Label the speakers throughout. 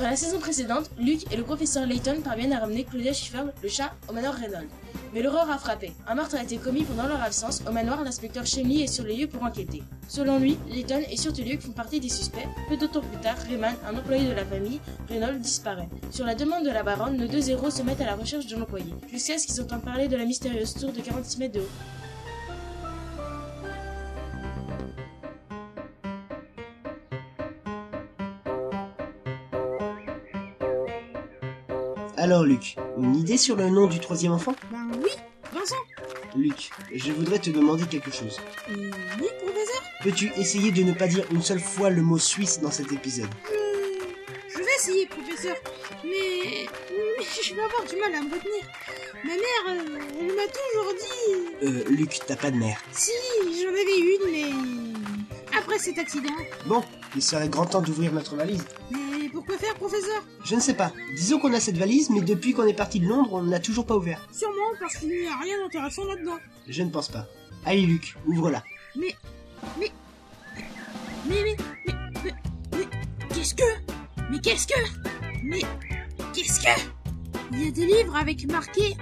Speaker 1: la saison précédente, Luke et le professeur Layton parviennent à ramener Claudia Schiffer, le chat, au manoir Reynolds. Mais l'horreur a frappé. Un meurtre a été commis pendant leur absence. Au manoir, l'inspecteur Shemley est sur les lieux pour enquêter. Selon lui, Layton et surtout Luke font partie des suspects. Peu de temps plus tard, Rayman, un employé de la famille, Reynolds, disparaît. Sur la demande de la baronne, nos deux héros se mettent à la recherche de l'employé, jusqu'à ce qu'ils entendent parler de la mystérieuse tour de 46 mètres de haut.
Speaker 2: Alors Luc, une idée sur le nom du troisième enfant
Speaker 3: Ben oui, Vincent
Speaker 2: Luc, je voudrais te demander quelque chose.
Speaker 3: Et oui, professeur
Speaker 2: Peux-tu essayer de ne pas dire une seule fois le mot suisse dans cet épisode
Speaker 3: Je... je vais essayer, professeur. Mais... mais je vais avoir du mal à me retenir. Ma mère, euh, elle m'a toujours dit...
Speaker 2: Euh, Luc, t'as pas de mère.
Speaker 3: Si, j'en avais une, mais... Après cet accident.
Speaker 2: Bon, il serait grand temps d'ouvrir notre valise.
Speaker 3: Mais pourquoi faire, professeur
Speaker 2: Je ne sais pas. Disons qu'on a cette valise, mais depuis qu'on est parti de Londres, on ne l'a toujours pas ouvert.
Speaker 3: Sûrement parce qu'il n'y a rien d'intéressant là-dedans.
Speaker 2: Je ne pense pas. Allez Luc, ouvre-la.
Speaker 3: Mais... mais... Mais... Mais... Mais... Mais... mais Qu'est-ce que... Mais qu'est-ce que... Mais... Qu'est-ce que... Il y a des livres avec marqué...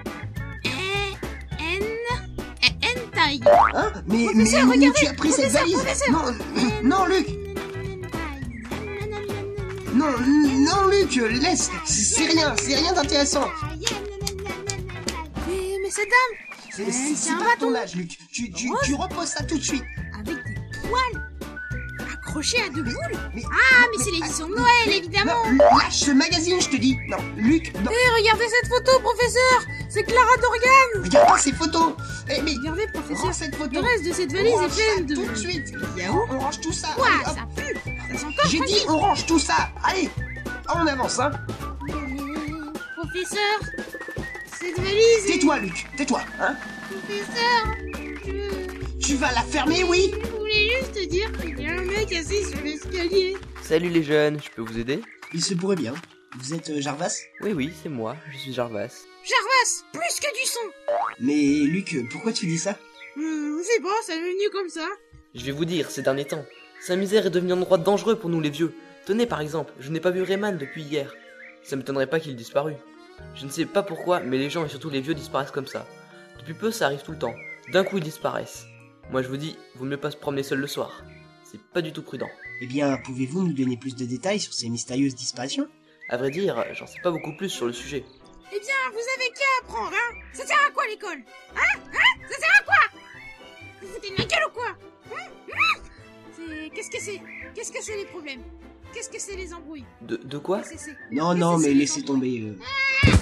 Speaker 3: E... N... E- Hentai.
Speaker 2: Hein Mais, mais
Speaker 3: Professeur,
Speaker 2: où
Speaker 3: regardez,
Speaker 2: tu as pris cette
Speaker 3: professeur,
Speaker 2: valise
Speaker 3: professeur.
Speaker 2: Non, non Luc, non, non Luc, laisse. C'est rien, c'est rien d'intéressant.
Speaker 3: Mais, mais cette dame,
Speaker 2: C'est
Speaker 3: Euh,
Speaker 2: c'est-
Speaker 3: c'est
Speaker 2: c'est
Speaker 3: un
Speaker 2: pas
Speaker 3: bâton.
Speaker 2: ton âge Luc. Tu, tu,
Speaker 3: Rose.
Speaker 2: tu reposes ça tout de suite.
Speaker 3: avec des poils accrochés à deux boules.
Speaker 2: Mais-
Speaker 3: ah, mais c'est l'édition de Noël, évidemment.
Speaker 2: Non, lâche ce magazine, je te dis. Non, Luc, non.
Speaker 3: Eh, regardez cette photo, professeur. C'est Clara Dorgan.
Speaker 2: Regarde pas ces photos. Eh, mais
Speaker 3: Regardez,
Speaker 2: prends
Speaker 3: professeur.
Speaker 2: cette
Speaker 3: Le
Speaker 2: photo.
Speaker 3: reste de cette valise
Speaker 2: On
Speaker 3: est
Speaker 2: range Oh, ça
Speaker 3: pleine de.
Speaker 2: Tout de suite.
Speaker 3: Yahoo.
Speaker 2: On range tout ça.
Speaker 3: Ouah,
Speaker 2: Allez, hop.
Speaker 3: ça pue. Ça sent encore
Speaker 2: J'ai dit
Speaker 3: tranquille.
Speaker 2: on range tout ça. Allez, on avance, hein.
Speaker 3: Euh, Professeur, cette valise. est-
Speaker 2: Tais-toi, Luc. Tais-toi, hein.
Speaker 3: Professeur, je...
Speaker 2: Tu vas la fermer, oui
Speaker 3: je voulais juste dire qu'il y a un mec assis sur l'escalier.
Speaker 4: Salut les jeunes, je peux vous aider
Speaker 2: Il se pourrait bien. Vous êtes euh, Jarvas
Speaker 4: Oui, oui, c'est moi, je suis Jarvas.
Speaker 3: Jarvas, plus que du son.
Speaker 2: Mais Luc, euh, pourquoi tu dis ça
Speaker 3: Euh, je sais pas, ça est venu comme ça.
Speaker 4: Je vais vous dire, ces derniers temps, sa misère est devenue un endroit dangereux pour nous les vieux. Tenez par exemple, je n'ai pas vu Rayman depuis hier. Ça m'étonnerait pas qu'il ait disparu. Je ne sais pas pourquoi, mais les gens et surtout les vieux disparaissent comme ça. Depuis peu, ça arrive tout le temps. D'un coup, ils disparaissent. Moi, je vous dis, vaut mieux pas se promener seul le soir. C'est pas du tout prudent.
Speaker 2: Eh bien, pouvez-vous nous donner plus de détails sur ces mystérieuses disparitions
Speaker 4: À vrai dire, j'en sais pas beaucoup plus sur le sujet.
Speaker 3: Eh bien, vous avez qu'à apprendre, hein Ça sert à quoi l'école Hein Hein Ça sert à quoi Vous vous foutez de ma gueule ou quoi Hein Hein C'est... Qu'est-ce que c'est Qu'est-ce que c'est les problèmes Qu'est-ce que c'est les embrouilles
Speaker 4: De, de quoi
Speaker 3: Qu'est-ce que c'est
Speaker 2: Non,
Speaker 3: Qu'est-ce
Speaker 2: non,
Speaker 3: que Ah c'est
Speaker 2: mais
Speaker 3: les
Speaker 2: laissez
Speaker 3: embrouilles
Speaker 2: tomber. euh.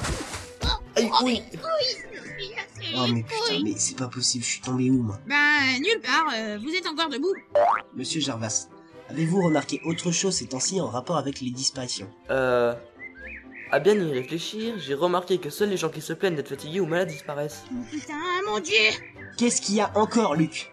Speaker 2: Aïe, oui. Oh, mais putain, mais c'est pas possible, je suis tombé où, moi
Speaker 3: Ben, nulle part, euh, vous êtes encore debout.
Speaker 2: Monsieur Jarvas, avez-vous remarqué autre chose ces temps-ci en rapport avec les disparitions
Speaker 4: Euh... À bien y réfléchir, j'ai remarqué que seuls les gens qui se plaignent d'être fatigués ou malades disparaissent.
Speaker 3: Putain, mon dieu
Speaker 2: Qu'est-ce qu'il y a encore, Luc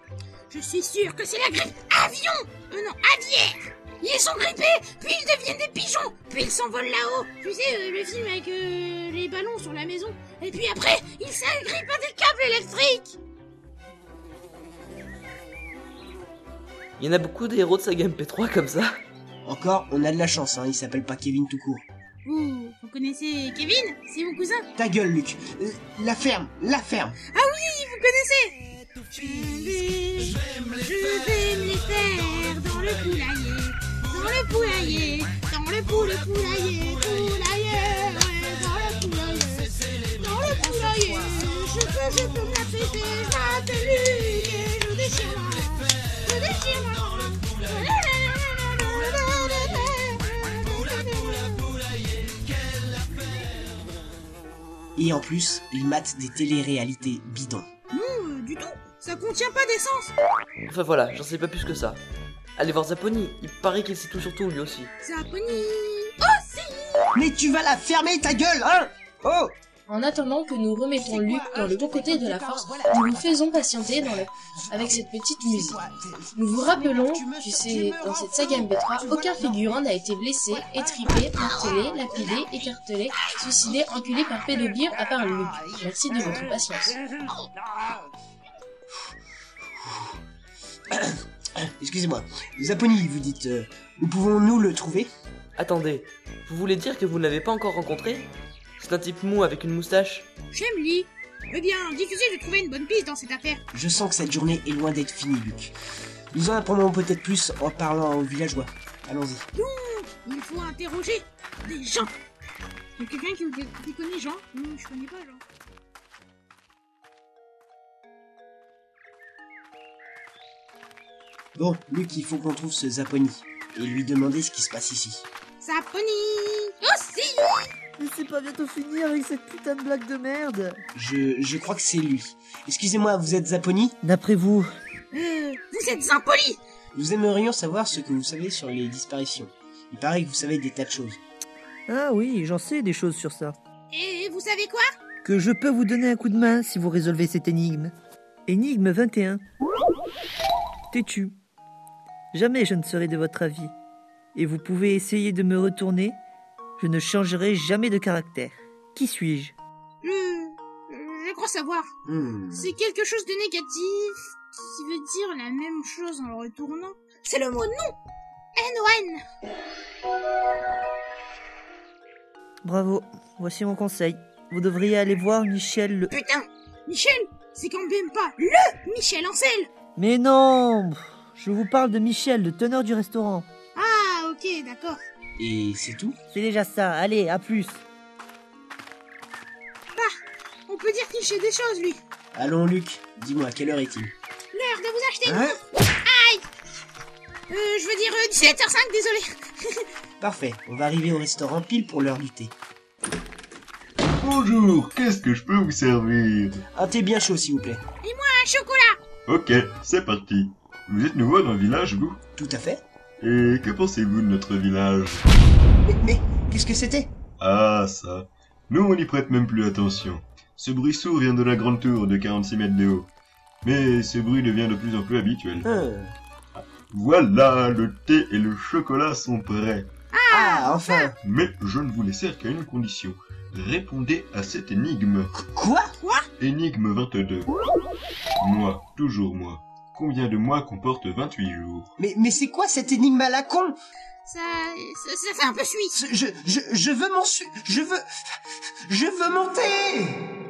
Speaker 3: Je suis sûr que c'est la grippe avion Euh non, aviaire Ils sont grippés, puis ils deviennent des pigeons, puis ils s'envolent là-haut Tu sais, euh, le film avec euh, les ballons sur la maison, et puis après, ils s'agrippent à des câbles électriques
Speaker 4: Il y en a beaucoup des héros de saga MP3 comme ça.
Speaker 2: Encore, on a de la chance, hein, il s'appelle pas Kevin tout court.
Speaker 3: Vous, vous connaissez Kevin C'est mon cousin
Speaker 2: Ta gueule, Luc Euh, La ferme, la ferme
Speaker 3: Vous connaissez Je vais, je vais me les faire dans le poulailler, dans le poulailler, dans le poule poulailler, poulailler, ouais, dans le poulailler, dans le poulailler. Je peux, je peux me la péter, je m'appelle Luc et je déchire ma, je déchire ma.
Speaker 2: Et en plus, il mate des téléréalités bidons.
Speaker 3: Non, du tout, ça contient pas d'essence.
Speaker 4: Enfin voilà, j'en sais pas plus que ça. Allez voir Zaponi, il paraît qu'il sait tout sur tout lui aussi.
Speaker 3: Zaponi aussi.
Speaker 2: Mais tu vas la fermer, ta gueule, hein Oh
Speaker 1: En attendant que nous remettons
Speaker 2: C'est quoi,
Speaker 1: Luc dans
Speaker 2: hein,
Speaker 1: le
Speaker 2: je
Speaker 1: bon
Speaker 2: t'ai
Speaker 1: côté
Speaker 2: compté
Speaker 1: de la
Speaker 2: par-
Speaker 1: force,
Speaker 2: voilà.
Speaker 1: nous nous faisons patienter dans la- avec cette petite musique. Nous vous rappelons, tu sais, dans cette saga MB3, aucun figurant n'a été blessé, étripé, martelé, lapidé, écartelé, suicidé, enculé par pédobir à part Luc. Merci de votre patience.
Speaker 2: Excusez-moi. Zaponi, vous dites... euh, où pouvons-nous le trouver
Speaker 4: Attendez, Vous voulez dire que vous ne l'avez pas encore rencontré C'est un type mou avec une moustache.
Speaker 3: Chemli Eh bien, difficile de trouver une bonne piste dans cette affaire.
Speaker 2: Je sens que cette journée est loin d'être finie, Luc. Nous en apprendrons peut-être plus en parlant aux villageois. Allons-y.
Speaker 3: Il faut interroger des gens. Il y a quelqu'un qui, vous- qui connaît Jean Hmm, Je connais pas Jean.
Speaker 2: Bon, Luc, il faut qu'on trouve ce Zapponi et lui demander ce qui se passe ici.
Speaker 3: Saponi Aussi
Speaker 5: Mais c'est pas bientôt fini avec cette putain de blague de merde
Speaker 2: Je, je crois que c'est lui. Excusez-moi, vous êtes Zapponi
Speaker 5: D'après vous,
Speaker 3: euh, Vous êtes impoli
Speaker 2: Nous aimerions savoir ce que vous savez sur les disparitions. Il paraît que vous savez des tas de choses.
Speaker 5: Ah oui, j'en sais des choses sur ça.
Speaker 3: Et vous savez quoi
Speaker 5: Que je peux vous donner un coup de main si vous résolvez cette énigme. Énigme 21. Têtu. Jamais je ne serai de votre avis. Et vous pouvez essayer de me retourner. Je ne changerai jamais de caractère. Qui suis-je
Speaker 3: Je... Je crois savoir.
Speaker 2: Hmm.
Speaker 3: C'est quelque chose de négatif qui veut dire la même chose en le retournant. C'est le mot non N-O-N
Speaker 5: Bravo, voici mon conseil. Vous devriez aller voir Michel le...
Speaker 3: Putain Michel C'est quand même pas LE Michel Ancel
Speaker 5: Mais non Je vous parle de Michel, le teneur du restaurant.
Speaker 3: Ah, ok, d'accord.
Speaker 2: Et c'est tout
Speaker 5: C'est déjà ça, allez, à plus
Speaker 3: On peut dire qu'il sait des choses, lui.
Speaker 2: Allons, Luc. Dis-moi, quelle heure est-il
Speaker 3: L'heure de vous acheter
Speaker 2: Hein
Speaker 3: Euh, je veux dire euh, 17h05, désolé.
Speaker 2: Parfait, on va arriver au restaurant pile pour l'heure du thé.
Speaker 6: Bonjour, qu'est-ce que je peux vous servir
Speaker 2: Un thé bien chaud, s'il vous plaît.
Speaker 3: Un chocolat
Speaker 6: Ok, c'est parti. Vous êtes nouveau dans le village, vous
Speaker 2: Tout à fait.
Speaker 6: Et que pensez-vous de notre village
Speaker 2: Mais, mais, qu'est-ce que c'était
Speaker 6: Ah, ça. Nous, on n'y prête même plus attention. Ce bruit sourd vient de la grande tour de 46 mètres de haut. Mais ce bruit devient de plus en plus habituel.
Speaker 2: Hum.
Speaker 6: Voilà, le thé et le chocolat sont prêts.
Speaker 2: Ah, enfin
Speaker 6: Mais je ne vous les sers qu'à une condition. Répondez à cette énigme.
Speaker 2: Qu- Quoi
Speaker 6: Énigme 22. Moi, toujours moi. Combien de mois comporte 28 jours
Speaker 2: Mais, mais c'est quoi cette énigme à la con
Speaker 3: ça, ça, ça fait un peu suisse.
Speaker 2: Ce- je, je, je veux mon su... Je veux... Je veux monter